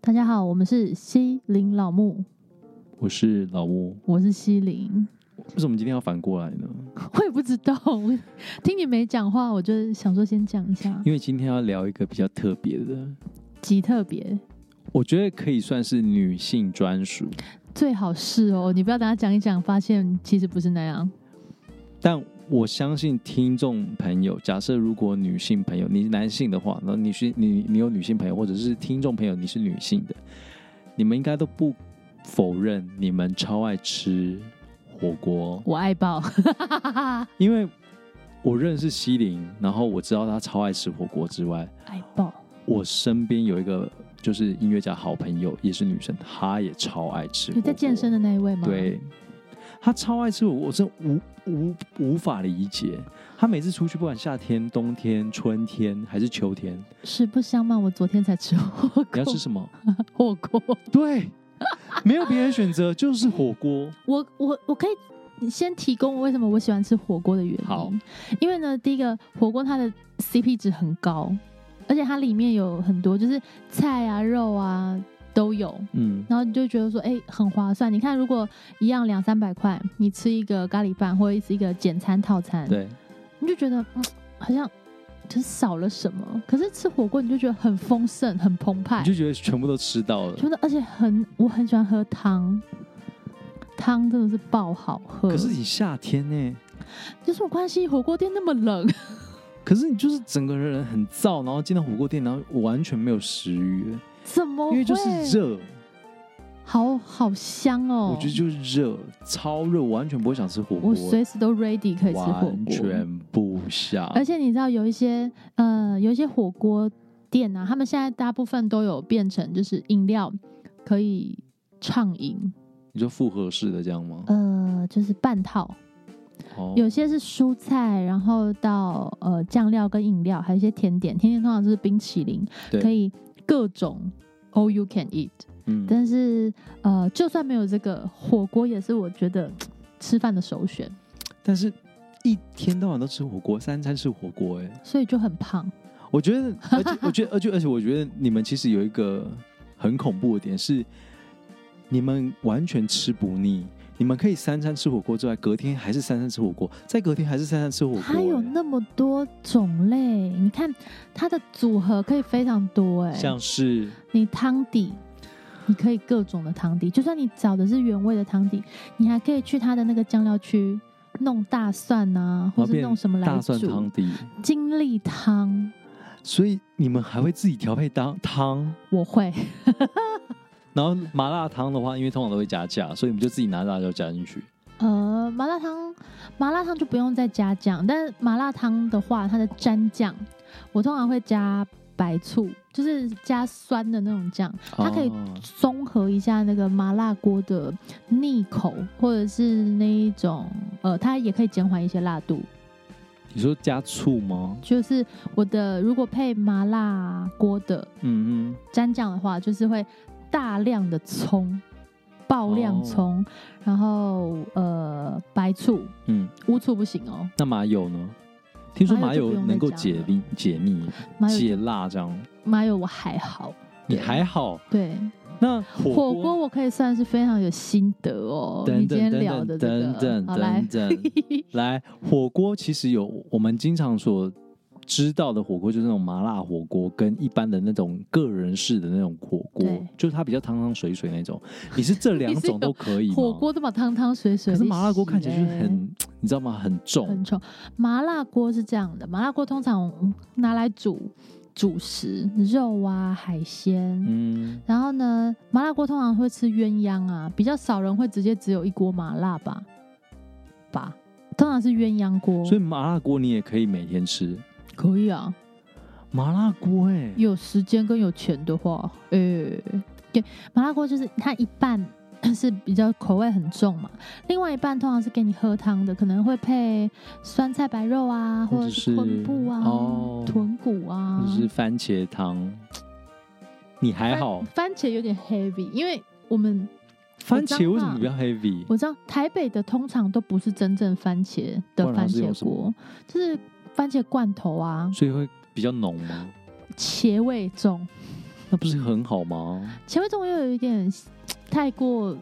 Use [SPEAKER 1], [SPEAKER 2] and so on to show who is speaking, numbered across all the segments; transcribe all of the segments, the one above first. [SPEAKER 1] 大家好，我们是西林老木，
[SPEAKER 2] 我是老吴。
[SPEAKER 1] 我是西林，
[SPEAKER 2] 为什么今天要反过来呢？
[SPEAKER 1] 我也不知道，我听你没讲话，我就想说先讲一下，
[SPEAKER 2] 因为今天要聊一个比较特别的，
[SPEAKER 1] 极特别，
[SPEAKER 2] 我觉得可以算是女性专属，
[SPEAKER 1] 最好是哦，你不要等他讲一讲，发现其实不是那样，
[SPEAKER 2] 但我相信听众朋友，假设如果女性朋友你是男性的话，那你是你你有女性朋友，或者是听众朋友你是女性的，你们应该都不否认你们超爱吃火锅，
[SPEAKER 1] 我爱爆，
[SPEAKER 2] 因为我认识西林，然后我知道他超爱吃火锅之外，
[SPEAKER 1] 爱爆，
[SPEAKER 2] 我身边有一个就是音乐家好朋友，也是女生，她也超爱吃火
[SPEAKER 1] 有在
[SPEAKER 2] 锅。
[SPEAKER 1] 健身的那一位吗？，
[SPEAKER 2] 对，她超爱吃火锅，我真的无无无法理解。她每次出去，不管夏天、冬天、春天还是秋天，
[SPEAKER 1] 实不相瞒，我昨天才吃火锅，
[SPEAKER 2] 你要吃什么？
[SPEAKER 1] 火锅，
[SPEAKER 2] 对，没有别的选择，就是火锅。
[SPEAKER 1] 我我我可以。先提供为什么我喜欢吃火锅的原因。
[SPEAKER 2] 好，
[SPEAKER 1] 因为呢，第一个火锅它的 CP 值很高，而且它里面有很多就是菜啊、肉啊都有，
[SPEAKER 2] 嗯，
[SPEAKER 1] 然后你就觉得说，哎、很划算。你看，如果一样两三百块，你吃一个咖喱饭或者是一个简餐套餐，
[SPEAKER 2] 对，
[SPEAKER 1] 你就觉得、嗯、好像就是少了什么。可是吃火锅，你就觉得很丰盛、很澎湃
[SPEAKER 2] 你，就觉得哎全部都吃到了。
[SPEAKER 1] 觉得而且很我很喜欢喝汤，汤真的是爆好喝。
[SPEAKER 2] 可是你夏天呢、
[SPEAKER 1] 有什么关系？火锅店那么冷，
[SPEAKER 2] 可是你就是整个人很燥，然后进到火锅店，然后完全没有食欲，
[SPEAKER 1] 怎么
[SPEAKER 2] 因为就是
[SPEAKER 1] 会
[SPEAKER 2] 热。
[SPEAKER 1] 好好香哦！
[SPEAKER 2] 我觉得就是热，超热，我完全不会想吃火锅，
[SPEAKER 1] 我随时都 ready 可以吃火
[SPEAKER 2] 完
[SPEAKER 1] 锅，
[SPEAKER 2] 全不想。
[SPEAKER 1] 而且你知道有一些呃有一些火锅店啊，他们现在大部分都有变成就是饮料可以畅饮，
[SPEAKER 2] 你说复合式的这样吗？
[SPEAKER 1] 呃，就是半套，
[SPEAKER 2] 哦，
[SPEAKER 1] 有些是蔬菜，然后到呃酱料跟饮料，还有一些甜点，甜点通常就是冰淇淋，
[SPEAKER 2] 对
[SPEAKER 1] 可以各种 all you can eat。
[SPEAKER 2] 嗯，
[SPEAKER 1] 但是呃，就算没有这个火锅，也是我觉得吃饭的首选，
[SPEAKER 2] 但是一天到晚都吃火锅，三餐吃火锅，哎，
[SPEAKER 1] 所以就很胖。
[SPEAKER 2] 我觉得，而且我觉得，而且而且，我觉得你们其实有一个很恐怖的点是，你们完全吃不腻。你们可以三餐吃火锅之外，隔天还是三餐吃火锅，再隔天还是三餐吃火锅。
[SPEAKER 1] 它有
[SPEAKER 2] 哎
[SPEAKER 1] 那么多种类，你看它的组合可以非常多哎。
[SPEAKER 2] 像是
[SPEAKER 1] 你汤底，你可以各种的汤底，就算你找的是原味的汤底，你还可以去它的那个酱料区弄大蒜啊，或
[SPEAKER 2] 然后
[SPEAKER 1] 是
[SPEAKER 2] 变
[SPEAKER 1] 弄什么来
[SPEAKER 2] 大蒜汤
[SPEAKER 1] 煮
[SPEAKER 2] 底，
[SPEAKER 1] 精力汤，
[SPEAKER 2] 所以你们还会自己调配汤汤，
[SPEAKER 1] 我 会。
[SPEAKER 2] 然后麻辣汤的话，因为通常都会加价，所以你们就自己拿辣椒加进去。
[SPEAKER 1] 呃，麻辣汤，麻辣汤就不用再加酱，但是麻辣汤的话，它的蘸酱，我通常会加白醋，就是加酸的那种酱，它可以
[SPEAKER 2] 哦
[SPEAKER 1] 综合一下那个麻辣锅的腻口，或者是那一种呃，它也可以减缓一些辣度。
[SPEAKER 2] 你说加醋吗？
[SPEAKER 1] 就是我的如果配麻辣锅的
[SPEAKER 2] 嗯嗯，
[SPEAKER 1] 蘸酱的话，就是会大量的葱，爆量葱，
[SPEAKER 2] 哦
[SPEAKER 1] 然后呃白醋，
[SPEAKER 2] 嗯，
[SPEAKER 1] 乌醋不行哦，
[SPEAKER 2] 那麻油呢？听说麻
[SPEAKER 1] 麻油就不
[SPEAKER 2] 油
[SPEAKER 1] 用
[SPEAKER 2] 能够
[SPEAKER 1] 再加
[SPEAKER 2] 解
[SPEAKER 1] 了
[SPEAKER 2] 腻、解腻、
[SPEAKER 1] 麻油
[SPEAKER 2] 解辣这样，
[SPEAKER 1] 麻油我还好，
[SPEAKER 2] 你
[SPEAKER 1] 对
[SPEAKER 2] 还好。
[SPEAKER 1] 对
[SPEAKER 2] 那
[SPEAKER 1] 火
[SPEAKER 2] 火
[SPEAKER 1] 锅
[SPEAKER 2] 锅，
[SPEAKER 1] 我可以算是非常有心得哦。
[SPEAKER 2] 等
[SPEAKER 1] 你今
[SPEAKER 2] 等
[SPEAKER 1] 天
[SPEAKER 2] 等
[SPEAKER 1] 聊的
[SPEAKER 2] 等
[SPEAKER 1] 这个，
[SPEAKER 2] 等
[SPEAKER 1] 好来
[SPEAKER 2] 等，等， 来火锅其实有我们经常所知道的火锅，就是那种麻辣火锅，跟一般的那种个人式的那种火锅
[SPEAKER 1] 对，
[SPEAKER 2] 就是它比较汤汤水水那种。你是这 两
[SPEAKER 1] 你是
[SPEAKER 2] 种都
[SPEAKER 1] 有
[SPEAKER 2] 可以吗
[SPEAKER 1] 火锅都把汤汤水水的
[SPEAKER 2] 可
[SPEAKER 1] 洗
[SPEAKER 2] 是
[SPEAKER 1] 嘞，
[SPEAKER 2] 麻辣锅看起来就是很，你知道吗？很重
[SPEAKER 1] 很，臭。麻辣锅是这样的，麻辣锅通常拿来煮主食，肉啊、海鲜。
[SPEAKER 2] 嗯，
[SPEAKER 1] 然后呢，麻辣锅通常会吃鸳鸯啊，比较少人会直接只有一锅麻辣吧，吧，通常是鸳鸯锅。
[SPEAKER 2] 所以麻辣锅你也可以每天吃。
[SPEAKER 1] 可以啊，
[SPEAKER 2] 麻辣锅哎、
[SPEAKER 1] 有时间跟有钱的话，呃、对，麻辣锅就是它一半 是比较口味很重嘛，另外一半通常是给你喝汤的，可能会配酸菜白肉啊，
[SPEAKER 2] 或
[SPEAKER 1] 或
[SPEAKER 2] 者
[SPEAKER 1] 者
[SPEAKER 2] 是
[SPEAKER 1] 是臀部啊、
[SPEAKER 2] 哦
[SPEAKER 1] 臀骨啊，
[SPEAKER 2] 就是番茄汤，你还
[SPEAKER 1] 番
[SPEAKER 2] 好。
[SPEAKER 1] 番茄有点 heavy，因为我们
[SPEAKER 2] 番茄为什么
[SPEAKER 1] 我
[SPEAKER 2] 比
[SPEAKER 1] 知
[SPEAKER 2] 较
[SPEAKER 1] 道啊
[SPEAKER 2] heavy？
[SPEAKER 1] 我知道台北的通常都不是真正番茄的
[SPEAKER 2] 不然它
[SPEAKER 1] 番
[SPEAKER 2] 是用
[SPEAKER 1] 茄
[SPEAKER 2] 什么
[SPEAKER 1] 锅，就是番茄罐头啊，
[SPEAKER 2] 所以会比较浓吗？
[SPEAKER 1] 茄味重。
[SPEAKER 2] 那不是很好吗？
[SPEAKER 1] 茄味重又有一点太过，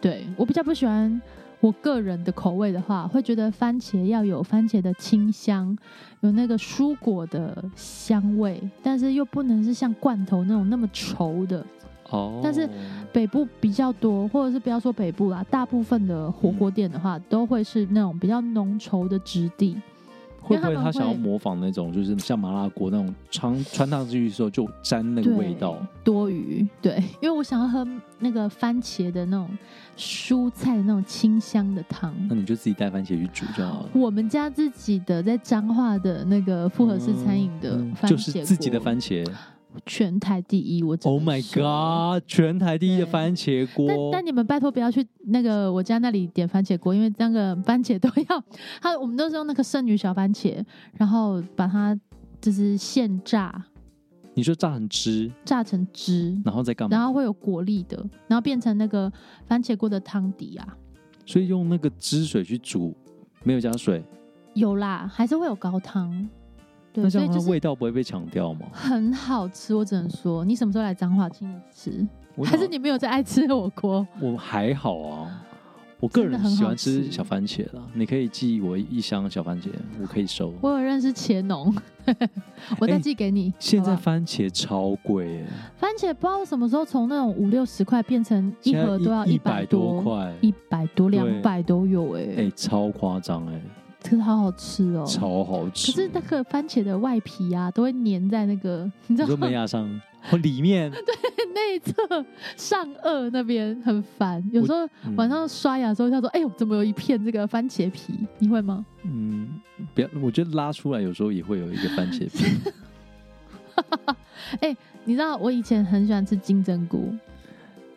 [SPEAKER 1] 对我比较不喜欢。我个人的口味的话，会觉得番茄要有番茄的清香，有那个蔬果的香味，但是又不能是像罐头那种那么稠的。
[SPEAKER 2] 哦，
[SPEAKER 1] 但是北部比较多，或者是不要说北部啦，大部分的火
[SPEAKER 2] 嗯
[SPEAKER 1] 锅店的话，都会是那种比较浓稠的质地。
[SPEAKER 2] 会不
[SPEAKER 1] 因为
[SPEAKER 2] 会
[SPEAKER 1] 他们
[SPEAKER 2] 他想要
[SPEAKER 1] 会
[SPEAKER 2] 模仿那种，就是像麻辣锅那种穿穿上去的时候就沾那个
[SPEAKER 1] 对
[SPEAKER 2] 味道？
[SPEAKER 1] 多余，对，因为我想要喝那个番茄的那种蔬菜的那种清香的汤。
[SPEAKER 2] 那你就自己带番茄去煮就好了。
[SPEAKER 1] 我们家自己的在彰化的那个复合式餐饮的
[SPEAKER 2] 嗯嗯
[SPEAKER 1] 番茄、
[SPEAKER 2] 就是自己的，番茄。
[SPEAKER 1] 全台第一，我真的
[SPEAKER 2] Oh my
[SPEAKER 1] 是
[SPEAKER 2] god！全台第一的
[SPEAKER 1] 对
[SPEAKER 2] 番茄
[SPEAKER 1] 但
[SPEAKER 2] 锅，
[SPEAKER 1] 但你们拜托不要去那个我家那里点番茄锅，因为那个番茄都要，它我们都是用那个剩余小番茄，然后把它就是现榨，
[SPEAKER 2] 你说榨成汁，
[SPEAKER 1] 榨成汁，
[SPEAKER 2] 然后再干
[SPEAKER 1] 然
[SPEAKER 2] 嘛？
[SPEAKER 1] 后会有果粒的，然后变成那个番茄锅的汤底啊，
[SPEAKER 2] 所以用那个汁水去煮，没有加水，
[SPEAKER 1] 有啦，还是会有高汤，对，
[SPEAKER 2] 那
[SPEAKER 1] 所
[SPEAKER 2] 这
[SPEAKER 1] 以
[SPEAKER 2] 样它
[SPEAKER 1] 就是
[SPEAKER 2] 味道不会被抢掉吗？
[SPEAKER 1] 很好吃，我只能说，你什么时候来彰化，请你吃。
[SPEAKER 2] 我
[SPEAKER 1] 还是
[SPEAKER 2] 想
[SPEAKER 1] 你没有在爱吃火锅？
[SPEAKER 2] 我还好啊，我个
[SPEAKER 1] 真的
[SPEAKER 2] 人
[SPEAKER 1] 很好
[SPEAKER 2] 喜欢吃
[SPEAKER 1] 吃
[SPEAKER 2] 小番茄啦。你可以寄我一箱小番茄，我可以收。
[SPEAKER 1] 我有认识茄农，我再
[SPEAKER 2] 哎
[SPEAKER 1] 寄给你。
[SPEAKER 2] 现在
[SPEAKER 1] 好不好
[SPEAKER 2] 番茄超贵耶，
[SPEAKER 1] 番茄不知道什么时候从那种五六十块变成一盒都要
[SPEAKER 2] 一
[SPEAKER 1] 百
[SPEAKER 2] 百
[SPEAKER 1] 多
[SPEAKER 2] 多，块，
[SPEAKER 1] 一百多
[SPEAKER 2] 对
[SPEAKER 1] 两百都有哎、
[SPEAKER 2] 哎、超夸张哎，
[SPEAKER 1] 可是好好吃哦、
[SPEAKER 2] 超好吃。
[SPEAKER 1] 可是那个番茄的外皮啊，都会粘在那个你知道
[SPEAKER 2] 你说
[SPEAKER 1] 吗
[SPEAKER 2] 门？牙上，哦，里 面
[SPEAKER 1] 内侧上颚那边很烦，有时候
[SPEAKER 2] 嗯
[SPEAKER 1] 晚上刷牙的时候，他说：“哎呦，怎么有一片这个番茄皮？”你会吗？
[SPEAKER 2] 嗯，不要，我觉得拉出来有时候也会有一个番茄皮。
[SPEAKER 1] 你知道我以前很喜欢吃金针菇，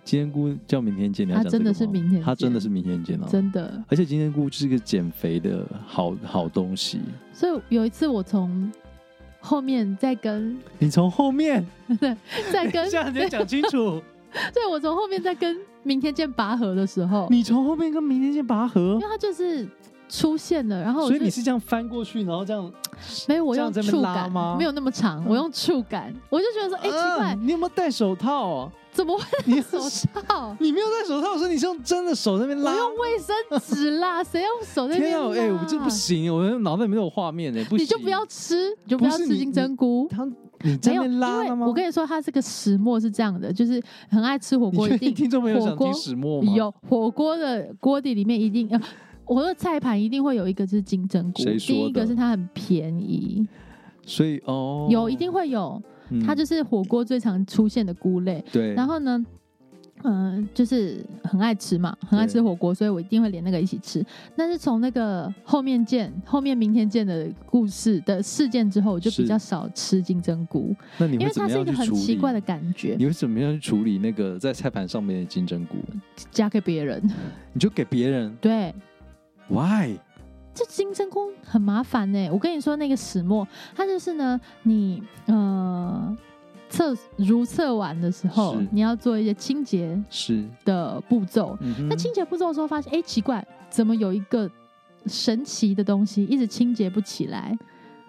[SPEAKER 2] 金针菇叫明天见，你要
[SPEAKER 1] 它
[SPEAKER 2] 讲
[SPEAKER 1] 真的
[SPEAKER 2] 这个
[SPEAKER 1] 是
[SPEAKER 2] 吗
[SPEAKER 1] 明天
[SPEAKER 2] 它真的
[SPEAKER 1] 见
[SPEAKER 2] 是明天见啊！
[SPEAKER 1] 真的。
[SPEAKER 2] 而且金针菇是一个减肥的好好东西。
[SPEAKER 1] 所以有一次我从后面在跟
[SPEAKER 2] 你从后面，
[SPEAKER 1] 在
[SPEAKER 2] 等
[SPEAKER 1] 跟
[SPEAKER 2] 一，下你要讲清楚，
[SPEAKER 1] 对我从后面在跟明天见拔河的时候，
[SPEAKER 2] 你从后面跟明天见拔河
[SPEAKER 1] 因为，他就是出现了，然后我
[SPEAKER 2] 所以
[SPEAKER 1] 就
[SPEAKER 2] 你是这样翻过去，然后这样
[SPEAKER 1] 没有我
[SPEAKER 2] 这样
[SPEAKER 1] 用
[SPEAKER 2] 在那
[SPEAKER 1] 触
[SPEAKER 2] 边拉
[SPEAKER 1] 感
[SPEAKER 2] 吗
[SPEAKER 1] 没有那么长，我用触感，我就觉得说，哎、奇怪
[SPEAKER 2] 嗯，你有没有戴手套 啊？
[SPEAKER 1] 怎么会
[SPEAKER 2] 你？
[SPEAKER 1] 手套
[SPEAKER 2] 你没有戴手套，所以你是用真的手在那边
[SPEAKER 1] 我
[SPEAKER 2] 拉。
[SPEAKER 1] 用卫生纸啦，谁用手在那
[SPEAKER 2] 天
[SPEAKER 1] 边
[SPEAKER 2] 啊，
[SPEAKER 1] 拉？
[SPEAKER 2] 哎、我这不行，我脑袋里面有画面哎，不行。
[SPEAKER 1] 你就不要吃，你就不要
[SPEAKER 2] 不是
[SPEAKER 1] 吃
[SPEAKER 2] 你
[SPEAKER 1] 金针菇。
[SPEAKER 2] 他，你
[SPEAKER 1] 没
[SPEAKER 2] 在那
[SPEAKER 1] 有，
[SPEAKER 2] 边
[SPEAKER 1] 因
[SPEAKER 2] 拉
[SPEAKER 1] 为
[SPEAKER 2] 了吗？
[SPEAKER 1] 我跟你说，他这个始末是这样的，就是很爱吃火
[SPEAKER 2] 你
[SPEAKER 1] 锅，
[SPEAKER 2] 确
[SPEAKER 1] 一
[SPEAKER 2] 定
[SPEAKER 1] 定
[SPEAKER 2] 听众朋友
[SPEAKER 1] 火
[SPEAKER 2] 想
[SPEAKER 1] 锅
[SPEAKER 2] 听始末吗？
[SPEAKER 1] 有火锅的锅底里面一定，呃、我的菜盘一定会有一个就是金针菇，
[SPEAKER 2] 谁说
[SPEAKER 1] 第
[SPEAKER 2] 的
[SPEAKER 1] 一个是它很便宜，
[SPEAKER 2] 所以哦，
[SPEAKER 1] 有一定会有，
[SPEAKER 2] 嗯，
[SPEAKER 1] 它就是火锅最常出现的菇类。
[SPEAKER 2] 对，
[SPEAKER 1] 然后呢，嗯、就是很爱吃嘛，很爱吃火锅，所以我一定会连那个一起吃。但是从那个后面见，后面明天见的故事的事件之后，我就是比较少吃金针菇，
[SPEAKER 2] 那你
[SPEAKER 1] 因
[SPEAKER 2] 会
[SPEAKER 1] 为
[SPEAKER 2] 怎
[SPEAKER 1] 它
[SPEAKER 2] 么
[SPEAKER 1] 是一
[SPEAKER 2] 样
[SPEAKER 1] 个
[SPEAKER 2] 去
[SPEAKER 1] 很
[SPEAKER 2] 处
[SPEAKER 1] 奇
[SPEAKER 2] 理？
[SPEAKER 1] 怪的感觉，
[SPEAKER 2] 你会怎么样去处理那个在菜盘上面的金针菇？
[SPEAKER 1] 夹给别人，
[SPEAKER 2] 你就给别人
[SPEAKER 1] 对。
[SPEAKER 2] ，why？
[SPEAKER 1] 这金针菇很麻烦呢、我跟你说，那个始末，它就是呢，你呃测如测完的时候
[SPEAKER 2] 是，
[SPEAKER 1] 你要做一些清洁
[SPEAKER 2] 是，
[SPEAKER 1] 的步骤。
[SPEAKER 2] 嗯哼
[SPEAKER 1] 那清洁步骤的时候，发现哎、诶奇怪，怎么有一个神奇的东西一直清洁不起来？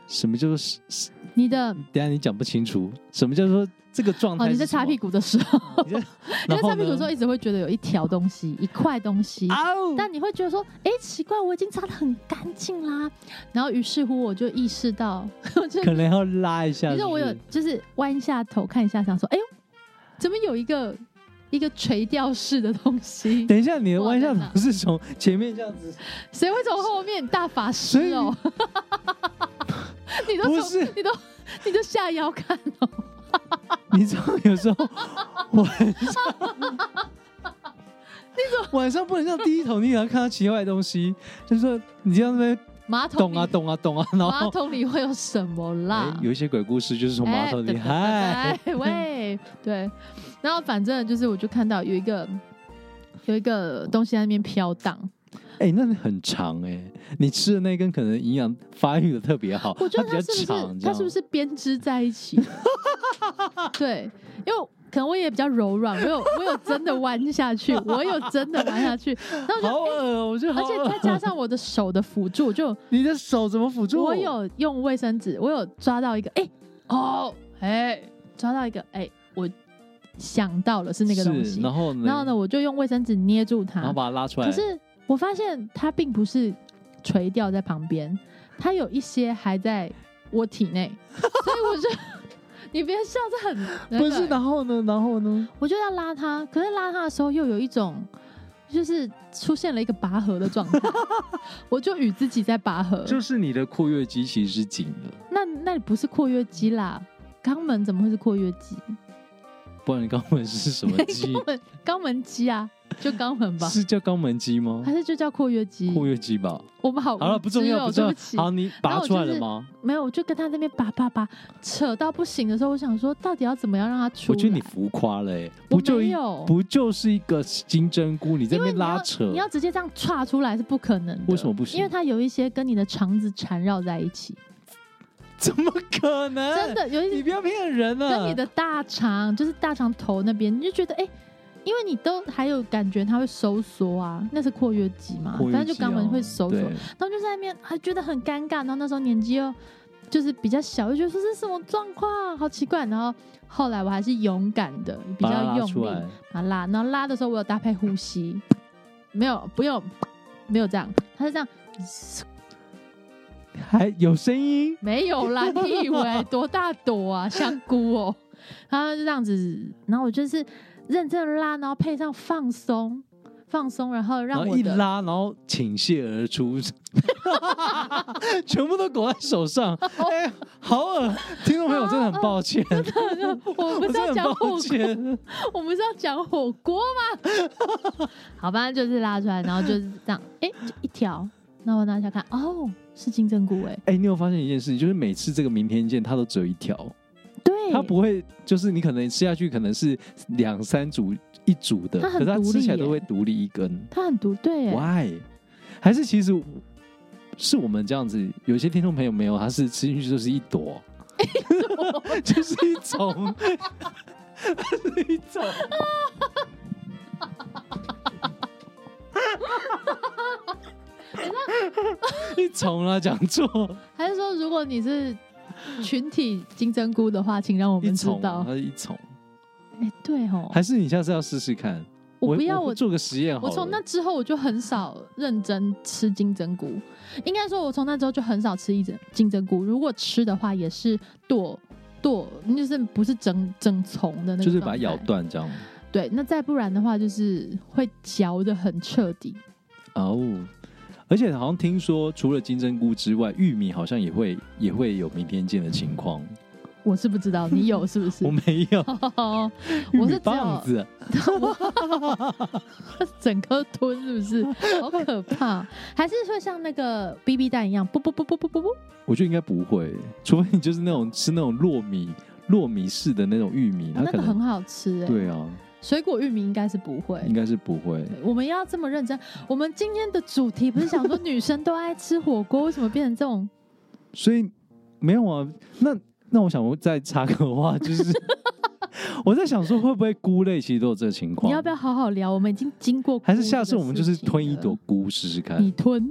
[SPEAKER 2] 什么叫做是？是
[SPEAKER 1] 你的
[SPEAKER 2] 等一下你讲不清楚，什么叫做这个状态？
[SPEAKER 1] 哦，你在擦屁
[SPEAKER 2] 股，
[SPEAKER 1] 股的时 候，
[SPEAKER 2] 你在
[SPEAKER 1] 你
[SPEAKER 2] 然
[SPEAKER 1] 在
[SPEAKER 2] 后
[SPEAKER 1] 擦屁股的
[SPEAKER 2] 呢啊
[SPEAKER 1] 时候，一直会觉得有一条东西，一块东西。
[SPEAKER 2] 嗷
[SPEAKER 1] 但你会觉得说，哎、奇怪，我已经擦的很干净啦。然后于是乎，我就意识到，我就
[SPEAKER 2] 可能要拉一下
[SPEAKER 1] 你
[SPEAKER 2] 是不是。
[SPEAKER 1] 知道我有就是弯下头看一下，想说，哎呦，怎么有一个一个垂钓式的东西？
[SPEAKER 2] 等一下，你的
[SPEAKER 1] 我
[SPEAKER 2] 弯
[SPEAKER 1] 在
[SPEAKER 2] 下
[SPEAKER 1] 哪
[SPEAKER 2] 头是从前面这样子，
[SPEAKER 1] 谁会从后面大法
[SPEAKER 2] 所以
[SPEAKER 1] 师哦？ 你都
[SPEAKER 2] 不
[SPEAKER 1] 从
[SPEAKER 2] 是
[SPEAKER 1] 你都你都下腰看哦，
[SPEAKER 2] 你知道有时候晚上，你晚上不能这样低头，你也要看到奇怪的东西，就是说你这样在那边
[SPEAKER 1] 马桶
[SPEAKER 2] 动
[SPEAKER 1] 里
[SPEAKER 2] 啊动啊动啊，然
[SPEAKER 1] 马
[SPEAKER 2] 后
[SPEAKER 1] 桶里会有什么啦
[SPEAKER 2] 哎？有一些鬼故事就是从马桶里，
[SPEAKER 1] 哎
[SPEAKER 2] 嗨，
[SPEAKER 1] 对对对对喂，对，然后反正就是我就看到有一个有一个东西在那边飘荡，
[SPEAKER 2] 哎，那很长哎，你吃的那根可能营养发育的特别好，
[SPEAKER 1] 我觉得
[SPEAKER 2] 它
[SPEAKER 1] 它
[SPEAKER 2] 比
[SPEAKER 1] 是不
[SPEAKER 2] 较
[SPEAKER 1] 是
[SPEAKER 2] 长，这
[SPEAKER 1] 它
[SPEAKER 2] 样
[SPEAKER 1] 是不是编织在一 起的？对，因为可能我也比较柔软，我有我有真的弯下去，我有真的弯下去，然后我就
[SPEAKER 2] 好恶哦，我觉得好
[SPEAKER 1] 而且再
[SPEAKER 2] 恶，
[SPEAKER 1] 加上我的手的辅助，就
[SPEAKER 2] 你的手怎么辅助？
[SPEAKER 1] 我有用卫生纸，我有抓到一个，哎、哦，哎、抓到一个，哎、我想到了是那个东西
[SPEAKER 2] 是，，然后呢？
[SPEAKER 1] 然后呢，，我就用卫生纸捏住它，
[SPEAKER 2] 然后把它拉出来。
[SPEAKER 1] 可是我发现它并不是垂掉在旁边，它有一些还在我体内，所以我就 你别笑，这很、那
[SPEAKER 2] 不
[SPEAKER 1] 个
[SPEAKER 2] 是，然后呢？然后呢？
[SPEAKER 1] 我就要拉它，可是拉它的时候又有一种就是出现了一个拔河的 状态，我就与自己在拔河。
[SPEAKER 2] 就是你的括约肌其实是紧的，
[SPEAKER 1] 那那不是括约肌啦，肛门怎么会是括约肌？
[SPEAKER 2] 不然你肛门是什么肌？
[SPEAKER 1] 肛门肛门肌啊，就肛门吧，
[SPEAKER 2] 是叫肛门肌吗
[SPEAKER 1] 还？是就叫括约肌？
[SPEAKER 2] 括约肌吧。
[SPEAKER 1] 我们好
[SPEAKER 2] 好了，
[SPEAKER 1] 无
[SPEAKER 2] 不重
[SPEAKER 1] 知
[SPEAKER 2] 要，
[SPEAKER 1] 哦
[SPEAKER 2] 不重
[SPEAKER 1] 对
[SPEAKER 2] 要
[SPEAKER 1] 不起。
[SPEAKER 2] 好，你拔
[SPEAKER 1] 然后
[SPEAKER 2] 出来
[SPEAKER 1] 就
[SPEAKER 2] 了
[SPEAKER 1] 是
[SPEAKER 2] 吗？
[SPEAKER 1] 没有，我就跟他那边拔拔拔，扯到不行的时候，我想说，到底要怎么样让他出
[SPEAKER 2] 我
[SPEAKER 1] 来？
[SPEAKER 2] 觉得你浮夸了、欸，
[SPEAKER 1] 我
[SPEAKER 2] 不就
[SPEAKER 1] 没
[SPEAKER 2] 一
[SPEAKER 1] 有
[SPEAKER 2] 不就是一个金针菇？你在
[SPEAKER 1] 因
[SPEAKER 2] 那
[SPEAKER 1] 为
[SPEAKER 2] 边
[SPEAKER 1] 你
[SPEAKER 2] 拉
[SPEAKER 1] 要
[SPEAKER 2] 扯，
[SPEAKER 1] 你要直接这样岔出来是不可能的。
[SPEAKER 2] 为什么不行
[SPEAKER 1] 因为它有一些跟你的肠子缠绕在一起，
[SPEAKER 2] 怎么可能？
[SPEAKER 1] 真，的有一
[SPEAKER 2] 你
[SPEAKER 1] 些
[SPEAKER 2] 不要骗人了、啊。
[SPEAKER 1] 跟你的大肠，就是大肠头那边，你就觉得哎、因为你都还有感觉它会收缩啊，那是括约肌嘛，
[SPEAKER 2] 括约肌啊
[SPEAKER 1] 反正就肛门会收缩，
[SPEAKER 2] 对
[SPEAKER 1] 然后就在那边还觉得很尴尬，然后那时候年纪又就是比较小，就觉得说这是什么状况，好奇怪。然后后来我还是勇敢的，比
[SPEAKER 2] 把它
[SPEAKER 1] 较
[SPEAKER 2] 拉
[SPEAKER 1] 用
[SPEAKER 2] 出
[SPEAKER 1] 力
[SPEAKER 2] 来，
[SPEAKER 1] 把它拉，然后拉的时候我有搭配呼吸，没有不用没有这样，它是这样。
[SPEAKER 2] 还有声音，
[SPEAKER 1] 没有啦，你以为多大朵 啊，香菇哦、然后就这样子，然后我就是认真地拉，然后配上放松，放松，然后
[SPEAKER 2] 然
[SPEAKER 1] 让
[SPEAKER 2] 后
[SPEAKER 1] 我
[SPEAKER 2] 一
[SPEAKER 1] 的
[SPEAKER 2] 拉，然后倾泻而出， 全部都裹在 手上。哎、好恶！听众朋友真的很抱歉，
[SPEAKER 1] 我
[SPEAKER 2] 我
[SPEAKER 1] 们是要
[SPEAKER 2] 真的
[SPEAKER 1] 讲
[SPEAKER 2] 很
[SPEAKER 1] 火
[SPEAKER 2] 抱
[SPEAKER 1] 锅，
[SPEAKER 2] 歉。
[SPEAKER 1] 我们是要讲火锅吗？ 好吧，就是拉出来，然后就是这样，哎、就一条，那我拿起来看，哦，是金针菇哎、
[SPEAKER 2] 哎、你有发现一件事情，就是每次这个明天见，它都只有一条，
[SPEAKER 1] 对，
[SPEAKER 2] 它不会，就是你可能吃下去可能是两三组一组的，
[SPEAKER 1] 它
[SPEAKER 2] 可
[SPEAKER 1] 很
[SPEAKER 2] 是它
[SPEAKER 1] 独
[SPEAKER 2] 吃起来
[SPEAKER 1] 立
[SPEAKER 2] 都会
[SPEAKER 1] 耶
[SPEAKER 2] 独立一根。
[SPEAKER 1] 它很毒对、哎
[SPEAKER 2] Why？还是其实是我们这样子，有些听众朋友没有，他是吃进去就是一朵， 就是一种， 它是一种。 一种啦，讲错，
[SPEAKER 1] 还是说如果你是群体金针菇的话，请让我
[SPEAKER 2] 一
[SPEAKER 1] 们知
[SPEAKER 2] 种，
[SPEAKER 1] 道
[SPEAKER 2] 它，是一种。
[SPEAKER 1] 哎、对哦，
[SPEAKER 2] 还是你下次要试试看？
[SPEAKER 1] 我不要我
[SPEAKER 2] 做个实验好
[SPEAKER 1] 我
[SPEAKER 2] 了。
[SPEAKER 1] 从那之后我就很少认真吃金针菇，应该说，我从那之后就很少吃一整金针菇。如果吃的话，也是剁剁，就是不是整整丛的那个，
[SPEAKER 2] 就是把它咬。断这样。
[SPEAKER 1] 对，那再不然的话，就是会嚼的很彻底。
[SPEAKER 2] 哦，而且好像听说，除了金针菇之外，玉米好像也会也会有明天见的情况。
[SPEAKER 1] 我是不知道你有是不是
[SPEAKER 2] 我？没有，
[SPEAKER 1] 哦，
[SPEAKER 2] 玉
[SPEAKER 1] 我
[SPEAKER 2] 米
[SPEAKER 1] 是只
[SPEAKER 2] 棒
[SPEAKER 1] 有
[SPEAKER 2] 子，
[SPEAKER 1] 整颗吞是不是？ 好可怕！还是会像那个 BB 蛋一样，不不不不不不不，
[SPEAKER 2] 我觉得应该不会，除非你就是那种吃那种糯米糯米式的那种玉米，
[SPEAKER 1] 哦
[SPEAKER 2] 它
[SPEAKER 1] 那个
[SPEAKER 2] 可能
[SPEAKER 1] 很好吃哎、
[SPEAKER 2] 对啊，
[SPEAKER 1] 水果玉米应该是不会。
[SPEAKER 2] 应该是不会。
[SPEAKER 1] 对我们要这么认真。我们今天的主题不是想 说女生都爱吃火锅，为什么变成这种？
[SPEAKER 2] 所以没有啊，那那我想我再插个话，就是 我在想说，会不会菇类其实都有这个情况？
[SPEAKER 1] 你要不要好好聊？我们已经经过，
[SPEAKER 2] 还是下次我们就是吞一朵，菇试试看
[SPEAKER 1] 你，吞，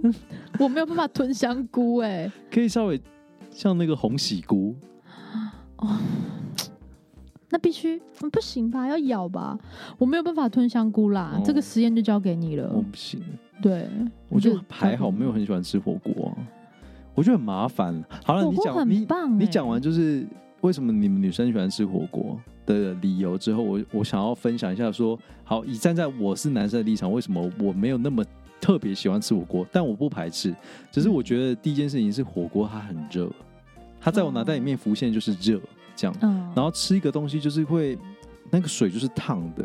[SPEAKER 1] 我没有办法吞香菇哎、
[SPEAKER 2] 可以稍微像那个红喜菇，
[SPEAKER 1] 那必须、嗯不行吧？要咬吧？我没有办法吞香菇啦，
[SPEAKER 2] 哦
[SPEAKER 1] 这个实验就交给你了。
[SPEAKER 2] 我不行，
[SPEAKER 1] 对，
[SPEAKER 2] 我觉
[SPEAKER 1] 你
[SPEAKER 2] 得
[SPEAKER 1] 就
[SPEAKER 2] 还好，
[SPEAKER 1] 交给你
[SPEAKER 2] 没有很喜欢吃火锅、啊，我觉得很麻烦。好了，
[SPEAKER 1] 火
[SPEAKER 2] 你
[SPEAKER 1] 锅
[SPEAKER 2] 讲
[SPEAKER 1] 很
[SPEAKER 2] 你
[SPEAKER 1] 棒、欸
[SPEAKER 2] 你讲完就是为什么你们女生喜欢吃火锅的理由之后，我我想要分享一下说，好，以站在我是男生的立场，为什么我没有那么特别喜欢吃火锅，但我不排斥，只是我觉得第一件事情是火锅它很热，它在我脑袋里面浮现就是热这样，
[SPEAKER 1] 嗯，
[SPEAKER 2] 然后吃一个东西就是会那个水就是烫的。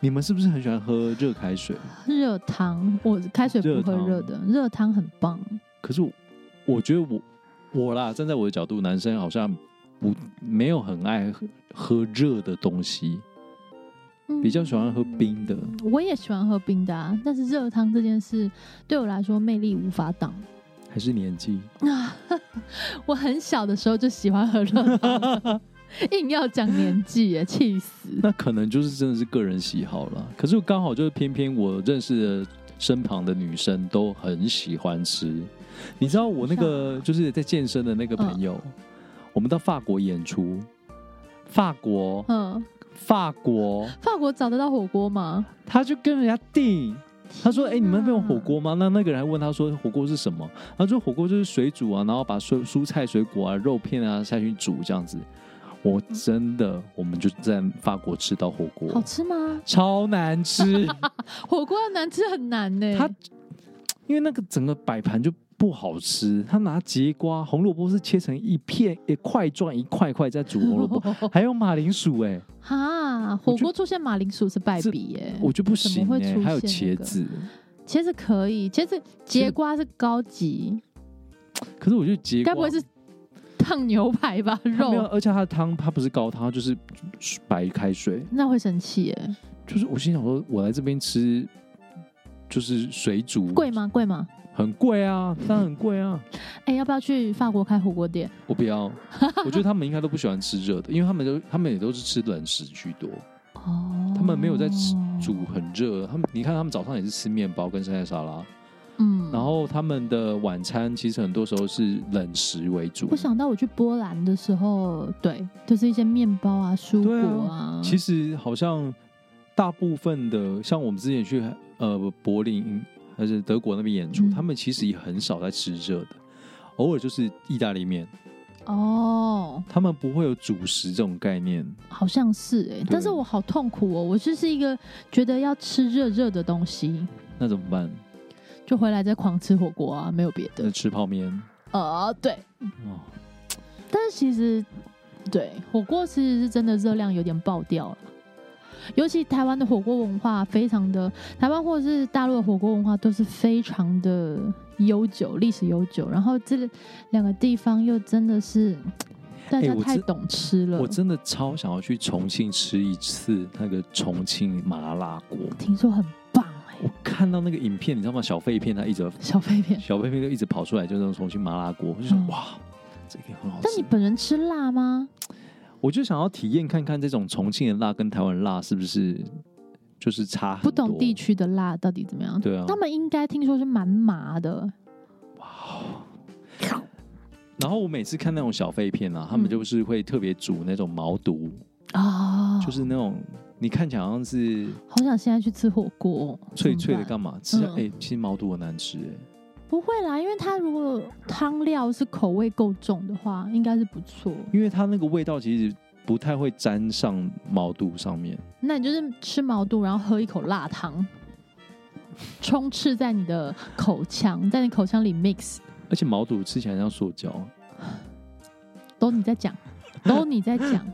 [SPEAKER 2] 你们是不是很喜欢喝热开水？
[SPEAKER 1] 热汤，我开水不
[SPEAKER 2] 热
[SPEAKER 1] 喝
[SPEAKER 2] 汤
[SPEAKER 1] 热的，热汤很棒。
[SPEAKER 2] 可是我我觉得我我啦，站在我的角度，男生好像不没有很爱喝喝热的东西，
[SPEAKER 1] 嗯
[SPEAKER 2] 比较喜欢喝冰的。
[SPEAKER 1] 我也喜欢喝冰的、啊，但是热汤这件事对我来说魅力无法挡。
[SPEAKER 2] 还是年纪，
[SPEAKER 1] 我很小的时候就喜欢喝热汤 了，硬要讲年纪耶，气死！
[SPEAKER 2] 那可能就是真的是个人喜好啦。可是刚好就是偏偏我认识的身旁的女生都很喜欢吃。你知道我那个就是在健身的那个朋友，我们到法国演出，法国，
[SPEAKER 1] 嗯，
[SPEAKER 2] 法国，
[SPEAKER 1] 法国找得到火锅吗？
[SPEAKER 2] 他就跟人家订。他说：“哎、你们那边有火
[SPEAKER 1] 天
[SPEAKER 2] 锅吗？”那那个人还问他说：“火锅是什么？”他说：“火锅就是水煮啊，然后把蔬蔬菜、水果啊、肉片啊下去煮这样子。”我真的，我们就在法国吃到火
[SPEAKER 1] 哪，好
[SPEAKER 2] 锅，
[SPEAKER 1] 吃吗？
[SPEAKER 2] 超难吃。
[SPEAKER 1] 火锅要难吃很难呢、
[SPEAKER 2] 他因为那个整个摆盘就不好吃，他拿节瓜、红萝卜是切成一片一块状一块块在煮红 萝卜，还有马铃薯、哎，
[SPEAKER 1] 哦哈，火
[SPEAKER 2] 我就
[SPEAKER 1] 锅出现马铃薯是败
[SPEAKER 2] 这
[SPEAKER 1] 笔耶、
[SPEAKER 2] 我就不行、
[SPEAKER 1] 怎么会
[SPEAKER 2] 哎
[SPEAKER 1] 出
[SPEAKER 2] 还有
[SPEAKER 1] 现那
[SPEAKER 2] 茄
[SPEAKER 1] 个
[SPEAKER 2] 子。
[SPEAKER 1] 茄子可以，茄子节瓜是高级，
[SPEAKER 2] 可是我觉得节瓜
[SPEAKER 1] 该不会是烫牛排吧？
[SPEAKER 2] 它没有，
[SPEAKER 1] 肉
[SPEAKER 2] 而且它的汤它不是高汤，它就是白开水。
[SPEAKER 1] 那会生气耶、
[SPEAKER 2] 就是我心想说，我来这边吃就是水煮，
[SPEAKER 1] 贵？吗？贵吗？
[SPEAKER 2] 很贵啊，当然很贵啊。
[SPEAKER 1] 哎、要不要去法国开火锅店？
[SPEAKER 2] 我不要， 我觉得他们应该都不喜欢吃热的，因为他们都他们也都是吃冷食居多，
[SPEAKER 1] 哦，
[SPEAKER 2] 他们没有在吃煮很热的。他们你看，他们早上也是吃面包跟生菜沙拉，
[SPEAKER 1] 嗯
[SPEAKER 2] 然后他们的晚餐其实很多时候是冷食为主。
[SPEAKER 1] 我想到我去波兰的时候，对，就是一些面包啊、蔬
[SPEAKER 2] 对啊
[SPEAKER 1] 果啊，
[SPEAKER 2] 其实好像大部分的，像我们之前去呃柏林还是德国那边演出，
[SPEAKER 1] 嗯
[SPEAKER 2] 他们其实也很少在吃热的，偶尔就是意大利面，
[SPEAKER 1] 哦，
[SPEAKER 2] 他们不会有主食这种概念。
[SPEAKER 1] 好像是哎、但是我好痛苦哦，我就是一个觉得要吃热热的东西，
[SPEAKER 2] 那怎么办？
[SPEAKER 1] 就回来再狂吃火锅啊，没有别
[SPEAKER 2] 那
[SPEAKER 1] 的。
[SPEAKER 2] 吃泡面
[SPEAKER 1] 呃，对，
[SPEAKER 2] 哦，
[SPEAKER 1] 但是其实对火锅其实是真的热量有点爆掉了。尤其台湾的火锅文化非常的，台湾或者是大陆的火锅文化都是非常的悠久，历史悠久。然后这两个地方又真的是大
[SPEAKER 2] 哎
[SPEAKER 1] 家
[SPEAKER 2] 我
[SPEAKER 1] 太
[SPEAKER 2] 真
[SPEAKER 1] 懂吃了，
[SPEAKER 2] 我真的超想要去重庆吃一次那个重庆麻辣锅。
[SPEAKER 1] 听说很棒哎、
[SPEAKER 2] 我看到那个影片，你知道吗？小废片它一直
[SPEAKER 1] 小肺 片。
[SPEAKER 2] 小废片就一直跑出来，就那种重庆麻辣锅，我就
[SPEAKER 1] 嗯
[SPEAKER 2] 想哇，这个很好吃。
[SPEAKER 1] 但你本人吃辣吗？
[SPEAKER 2] 我就想要体验看看这种重庆的辣跟台湾的辣是不是就是差很
[SPEAKER 1] 不
[SPEAKER 2] 多
[SPEAKER 1] 懂地。区的辣到底怎么样？
[SPEAKER 2] 对啊
[SPEAKER 1] 他们应该听说是蛮麻的，
[SPEAKER 2] 然后我每次看那种小废片啊，他们
[SPEAKER 1] 嗯
[SPEAKER 2] 就是会特别煮那种毛肚，
[SPEAKER 1] 啊、
[SPEAKER 2] 就是那种你看起来好像是
[SPEAKER 1] 好想现在去吃火锅，哦
[SPEAKER 2] 脆脆
[SPEAKER 1] 怎
[SPEAKER 2] 的，
[SPEAKER 1] 么
[SPEAKER 2] 干嘛？吃哎、
[SPEAKER 1] 嗯
[SPEAKER 2] 欸其实毛肚很难吃哎、
[SPEAKER 1] 办不会啦，因为它如果汤料是口味够重的话，应该是不错。
[SPEAKER 2] 因为它那个味道其实不太会沾上毛肚上面。
[SPEAKER 1] 那你就是吃毛肚，然后喝一口辣汤，充斥在你的口腔，在你口腔里 mix，
[SPEAKER 2] 而且毛肚吃起来像塑胶，
[SPEAKER 1] 都你在讲，都你在讲。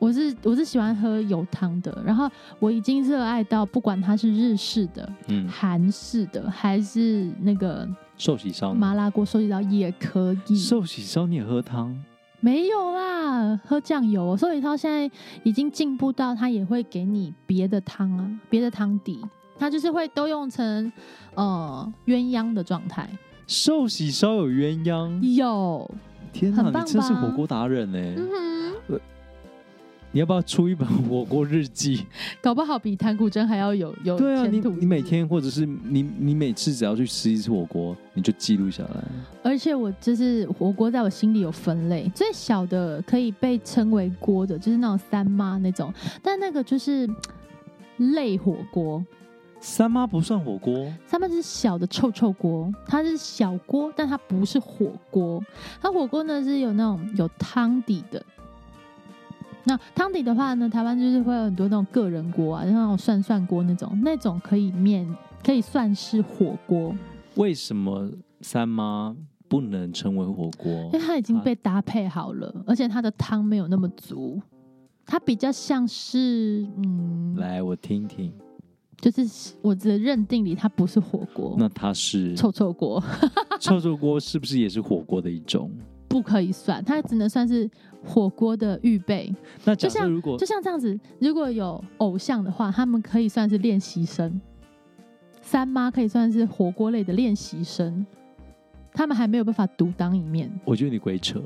[SPEAKER 1] 我是我是喜欢喝油汤的，然后我已经热爱到不管它是日式的、
[SPEAKER 2] 嗯，
[SPEAKER 1] 韩式的还是那个
[SPEAKER 2] 寿喜烧呢
[SPEAKER 1] 麻辣锅收集到也可以，
[SPEAKER 2] 寿喜烧你也喝汤，
[SPEAKER 1] 没有啦，喝酱油、哦。寿喜烧现在已经进步到它也会给你别的汤啊，别的汤底，它就是会都用成呃鸳鸯的状态。
[SPEAKER 2] 寿喜烧有鸳鸯，
[SPEAKER 1] 有，
[SPEAKER 2] 天哪，
[SPEAKER 1] 嗯很棒
[SPEAKER 2] 你真是
[SPEAKER 1] 吧
[SPEAKER 2] 火锅达人哎、
[SPEAKER 1] 嗯哼，
[SPEAKER 2] 你要不要出一本火锅日记？
[SPEAKER 1] 搞不好比弹古筝还要有有
[SPEAKER 2] 对啊，你
[SPEAKER 1] 哦前途。
[SPEAKER 2] 你每，天或者是你你每次只要去吃一次火锅，你就记录下来。
[SPEAKER 1] 而且我就是火锅，在我心里有分类，最小的可以被称为锅的，就是那种三妈那种，但那个就是嗯类火锅。
[SPEAKER 2] 三妈不算火锅，
[SPEAKER 1] 他们是小的臭臭锅，它是小锅，但它不是火锅。它火锅呢是有那种有汤底的。那汤底的话呢，台湾就是会有很多那种个人锅啊，像那种涮涮锅那种，那种可以面可以算是火锅，
[SPEAKER 2] 为什么三妈不能成为火锅
[SPEAKER 1] 因 为？它已经被搭配好了，而且它的汤没有那么足，它比较像是嗯，
[SPEAKER 2] 来，我听 听。
[SPEAKER 1] 就是我的认定里它不是火锅，
[SPEAKER 2] 那它是
[SPEAKER 1] 臭臭锅。
[SPEAKER 2] 臭臭锅，是不是也是火锅的一种？
[SPEAKER 1] 不可以算，它只能算是火锅的预备。
[SPEAKER 2] 那假
[SPEAKER 1] 就
[SPEAKER 2] 设
[SPEAKER 1] 像
[SPEAKER 2] 如果
[SPEAKER 1] 就像这样子，如果有偶像的话，他们可以算是练习生；三妈可以算是火锅类的练习生，他们还没有办法独当一面。
[SPEAKER 2] 我觉得你鬼扯，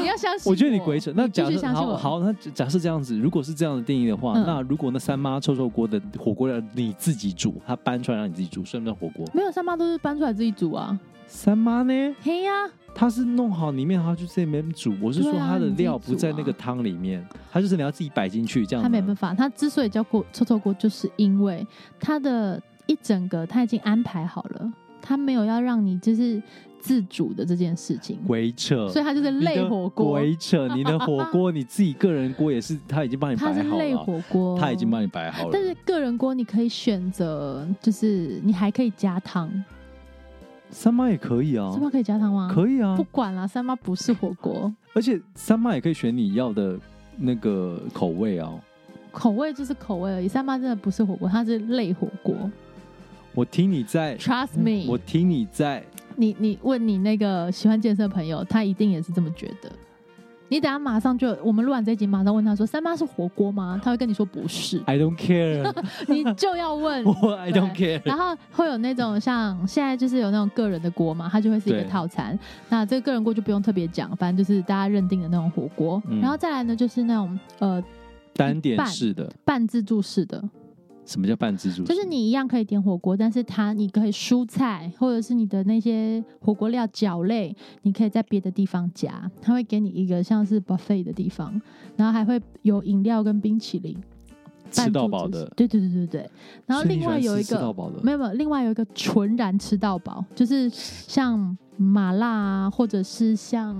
[SPEAKER 1] 你要相信
[SPEAKER 2] 我觉得你鬼扯。那
[SPEAKER 1] 你必
[SPEAKER 2] 假
[SPEAKER 1] 须
[SPEAKER 2] 设
[SPEAKER 1] 相信
[SPEAKER 2] 好
[SPEAKER 1] 我。
[SPEAKER 2] 好，那假设这样子，如果是这样的定义的话，
[SPEAKER 1] 嗯
[SPEAKER 2] 那如果那三妈臭臭锅的火锅料你自己煮，它搬出来让你自己煮，算不算火锅？
[SPEAKER 1] 没有三妈都是搬出来自己煮啊，
[SPEAKER 2] 三妈呢？
[SPEAKER 1] 嘿呀、
[SPEAKER 2] 他它是弄好里面，它就在里面煮。我是说
[SPEAKER 1] 对啊
[SPEAKER 2] 它的
[SPEAKER 1] 你自己
[SPEAKER 2] 料不在
[SPEAKER 1] 煮啊
[SPEAKER 2] 那个汤里面，它就是你要自己摆进去这样。
[SPEAKER 1] 他没办，法，他之所以叫锅臭臭锅，就是因为他的一整个他已经安排好了，他没有要让你就是自主的这件事情，
[SPEAKER 2] 鬼扯。
[SPEAKER 1] 所以他就是类火锅，
[SPEAKER 2] 鬼扯！你的火锅你自己个人锅也是，他已经帮你
[SPEAKER 1] 他是
[SPEAKER 2] 摆 好
[SPEAKER 1] 类
[SPEAKER 2] 了，
[SPEAKER 1] 火锅，
[SPEAKER 2] 他已经帮你摆好了
[SPEAKER 1] 但。是个人锅你可以选择，就是你还可以加汤，
[SPEAKER 2] 三妈也可以啊
[SPEAKER 1] 三，妈可以加汤吗？
[SPEAKER 2] 可以啊
[SPEAKER 1] 不，管啦，三妈不是火 锅，
[SPEAKER 2] 而且三妈也可以选你要的那个口味啊。
[SPEAKER 1] 口味就是口味而已。三妈真的不是火锅，它是类火锅。
[SPEAKER 2] 我听你在，
[SPEAKER 1] Trust me，
[SPEAKER 2] 哎嗯我听你在，
[SPEAKER 1] 你你问你那个喜欢健身的朋友，他一定也是这么觉得。你等下马上就，我们录完这一集，马上问他说：“三妈是火锅吗？”他会跟你说不 是，
[SPEAKER 2] I don't care，
[SPEAKER 1] 你就要问。
[SPEAKER 2] 我 I don't care。
[SPEAKER 1] 然后会有那种像现在就是有那种个人的锅嘛，它就会是一个
[SPEAKER 2] 对
[SPEAKER 1] 套餐。那这个个人锅就不用特别讲，反正就是大家认定的那种火锅。
[SPEAKER 2] 嗯
[SPEAKER 1] 然后再来呢，就是那种呃
[SPEAKER 2] 单点式的，
[SPEAKER 1] 半自助式的，
[SPEAKER 2] 什么叫半自助式？
[SPEAKER 1] 就是你一样可以点火锅，但是它你可以蔬菜或者是你的那些火锅料饺类，你可以在别的地方加，它会给你一个像是 buffet 的地方，然后还会有饮料跟冰淇淋，
[SPEAKER 2] 吃到饱
[SPEAKER 1] 半自助
[SPEAKER 2] 的
[SPEAKER 1] 式。对对对对对。然后
[SPEAKER 2] 所以你
[SPEAKER 1] 另外
[SPEAKER 2] 喜欢
[SPEAKER 1] 有
[SPEAKER 2] 吃
[SPEAKER 1] 一
[SPEAKER 2] 吃到
[SPEAKER 1] 个
[SPEAKER 2] 饱的，
[SPEAKER 1] 没有没有，另外有一个纯然吃到饱，就是像麻辣啊，或者是像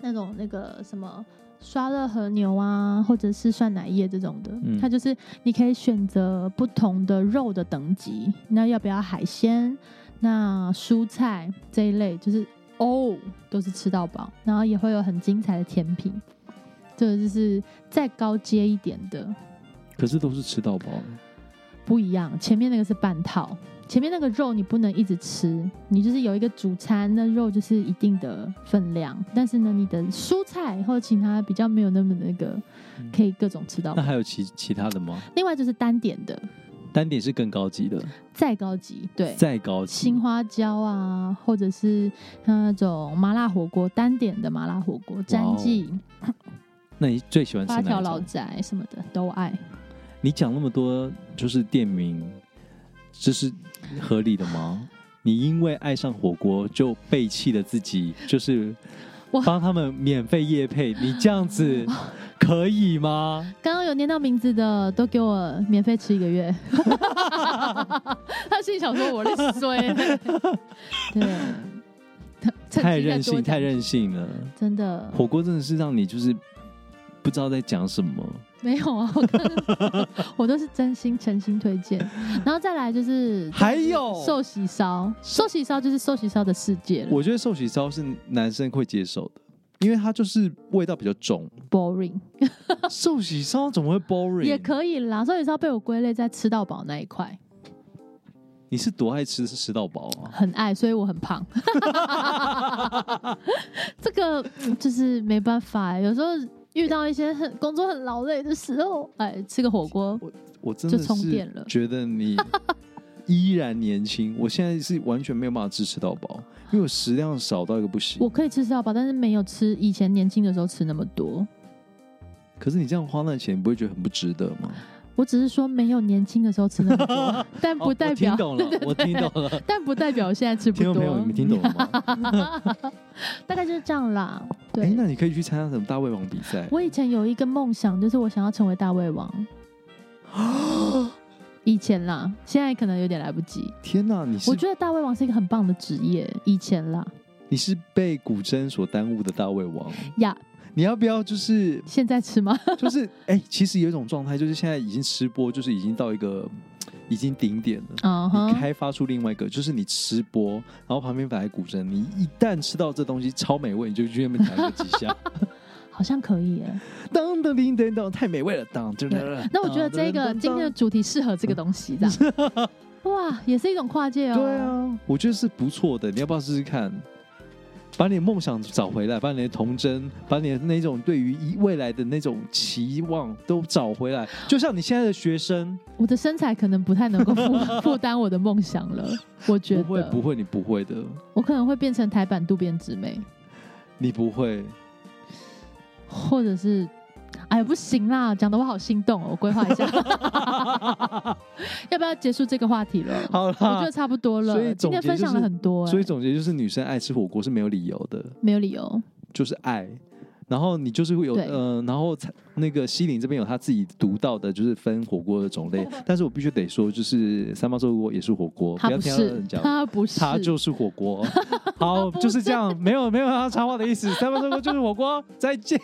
[SPEAKER 1] 那种那个什么。刷热和牛啊，或者是涮奶液这种的，
[SPEAKER 2] 嗯
[SPEAKER 1] 它就是你可以选择不同的肉的等级，那要不要海鲜？那蔬菜这一类就是哦，都是吃到饱，然后也会有很精彩的甜品，这个就是再高阶一点的，
[SPEAKER 2] 可是都是吃到饱的。
[SPEAKER 1] 不一样，前面那个是半套，前面那个肉你不能一直吃，你就是有一个主餐，那肉就是一定的分量，但是呢，你的蔬菜或者其他比较没有那么那个，
[SPEAKER 2] 嗯
[SPEAKER 1] 可以各种 吃到
[SPEAKER 2] 那。还有其其他的吗？
[SPEAKER 1] 另外就是单点的，
[SPEAKER 2] 单点是更高级的，
[SPEAKER 1] 再高级，对，
[SPEAKER 2] 再高级
[SPEAKER 1] 青。花椒啊，或者是那种麻辣火锅，单点的麻辣火锅，
[SPEAKER 2] 哇
[SPEAKER 1] 詹
[SPEAKER 2] 哦
[SPEAKER 1] 记、
[SPEAKER 2] 那你最喜欢吃
[SPEAKER 1] 八
[SPEAKER 2] 哪
[SPEAKER 1] 条
[SPEAKER 2] 一
[SPEAKER 1] 老
[SPEAKER 2] 种？
[SPEAKER 1] 宅什么的都爱。
[SPEAKER 2] 你讲那么多就是店名，这是合理的 吗？你因为爱上火锅就背弃了自己，就是
[SPEAKER 1] 我
[SPEAKER 2] 帮他们免费夜配，你这 样子可以吗？
[SPEAKER 1] 刚刚有念到名字的，都给我免费吃一个月。 他心里想说：“我的 衰。”对，趁机再多讲
[SPEAKER 2] 太任性，太任性了！
[SPEAKER 1] 真的
[SPEAKER 2] 火锅真的是让你就是不知道在讲什么。
[SPEAKER 1] 没有啊！我刚 我都是真心诚心推荐。然后再来就是
[SPEAKER 2] 还有
[SPEAKER 1] 寿喜烧，寿喜烧就是寿喜烧的世界了
[SPEAKER 2] 我觉得寿喜烧是男生会接受的，因为它就是味道比较 重。
[SPEAKER 1] ，boring
[SPEAKER 2] 寿喜烧怎么会 boring？
[SPEAKER 1] 也可以啦。寿喜烧被我归类在吃到饱那一块，
[SPEAKER 2] 你是多爱吃吃到饱啊？
[SPEAKER 1] 很爱，所以我很胖。 这个嗯就是没办法、有时候遇到一些很工作很劳累的时候，哎，吃个火锅
[SPEAKER 2] 我真的
[SPEAKER 1] 就充电了
[SPEAKER 2] 是觉得你 依然年轻。我现在是完全没有办法吃吃到饱，因为我食量少到一个不行
[SPEAKER 1] 我。可以吃吃到饱，但是没有吃以前年轻的时候吃那么多。
[SPEAKER 2] 可是你这样花那钱，你不会觉得很不值得吗？
[SPEAKER 1] 我只是说没有年轻的时候吃那么 多，但
[SPEAKER 2] 哦
[SPEAKER 1] 不代
[SPEAKER 2] 我
[SPEAKER 1] 表、
[SPEAKER 2] 听懂了，我听懂了，
[SPEAKER 1] 但不代表现在吃不
[SPEAKER 2] 听
[SPEAKER 1] 多。
[SPEAKER 2] 众朋友，你们听懂了 吗？哎
[SPEAKER 1] 大概就是这样啦。对，
[SPEAKER 2] 哎，那你可以去参加什么大胃王比赛？
[SPEAKER 1] 我以前有一个梦想，就是我想要成为大胃 王。以前啦，现在可能有点来不及。
[SPEAKER 2] 天哪，你
[SPEAKER 1] 我
[SPEAKER 2] 是
[SPEAKER 1] 觉得大胃王是一个很棒的职业，以前啦
[SPEAKER 2] 你是被古筝所耽误的大胃 王。
[SPEAKER 1] 呀
[SPEAKER 2] 你要不要就是
[SPEAKER 1] 现在吃吗？
[SPEAKER 2] 就是哎、其实有一种状态，就是现在已经吃播，就是已经到一个已经顶点了。
[SPEAKER 1] 嗯
[SPEAKER 2] 你
[SPEAKER 1] 哼，
[SPEAKER 2] 开发出另外一个，就是你吃播，然后旁边摆古筝，你一旦吃到这东西超美味，你就去那边弹个几 下，
[SPEAKER 1] 好像可以耶。
[SPEAKER 2] 当当叮当当，太美味了，当噔噔噔。
[SPEAKER 1] 那我觉得这
[SPEAKER 2] 嗯
[SPEAKER 1] 个今天的主题适合这个东西的。 哇，也是一种跨界哦。
[SPEAKER 2] 对，啊，我觉得是不错的，你要不要试试看？把你的梦想找回来，把你的童真，把你的那种对于一未来的那种期望都找回来。就像你现在的学生，
[SPEAKER 1] 我的身材可能不太能够负 负担我的梦想了，我觉
[SPEAKER 2] 不
[SPEAKER 1] 得
[SPEAKER 2] 会不会，你不会的，
[SPEAKER 1] 我可能会变成台版渡边直美，
[SPEAKER 2] 你不会。
[SPEAKER 1] 或者是。哎哎，不行啦，讲的我好心动哦，我规划 一下，要不要结束这个话题了？
[SPEAKER 2] 好
[SPEAKER 1] 我觉
[SPEAKER 2] 啦
[SPEAKER 1] 得，差不多了。
[SPEAKER 2] 所以
[SPEAKER 1] 今
[SPEAKER 2] 总结
[SPEAKER 1] 天分享
[SPEAKER 2] 就
[SPEAKER 1] 了
[SPEAKER 2] 是
[SPEAKER 1] 很多、哎
[SPEAKER 2] 所以总结就是，女生爱吃火锅是没有理由的，
[SPEAKER 1] 没有理由。
[SPEAKER 2] 就是爱。然后你就是会有
[SPEAKER 1] 对
[SPEAKER 2] 呃，然后才那个西林这边有他自己独到的，就是分火锅的种类。 但是我必须得说，就是三毛臭锅也是火锅，
[SPEAKER 1] 他
[SPEAKER 2] 不要
[SPEAKER 1] 不
[SPEAKER 2] 听到有
[SPEAKER 1] 是
[SPEAKER 2] 人，讲，
[SPEAKER 1] 他不是，
[SPEAKER 2] 它就是火 锅。好，
[SPEAKER 1] 不
[SPEAKER 2] 就是这样，没有没有要插话的意思。三毛臭锅就是火锅，再见。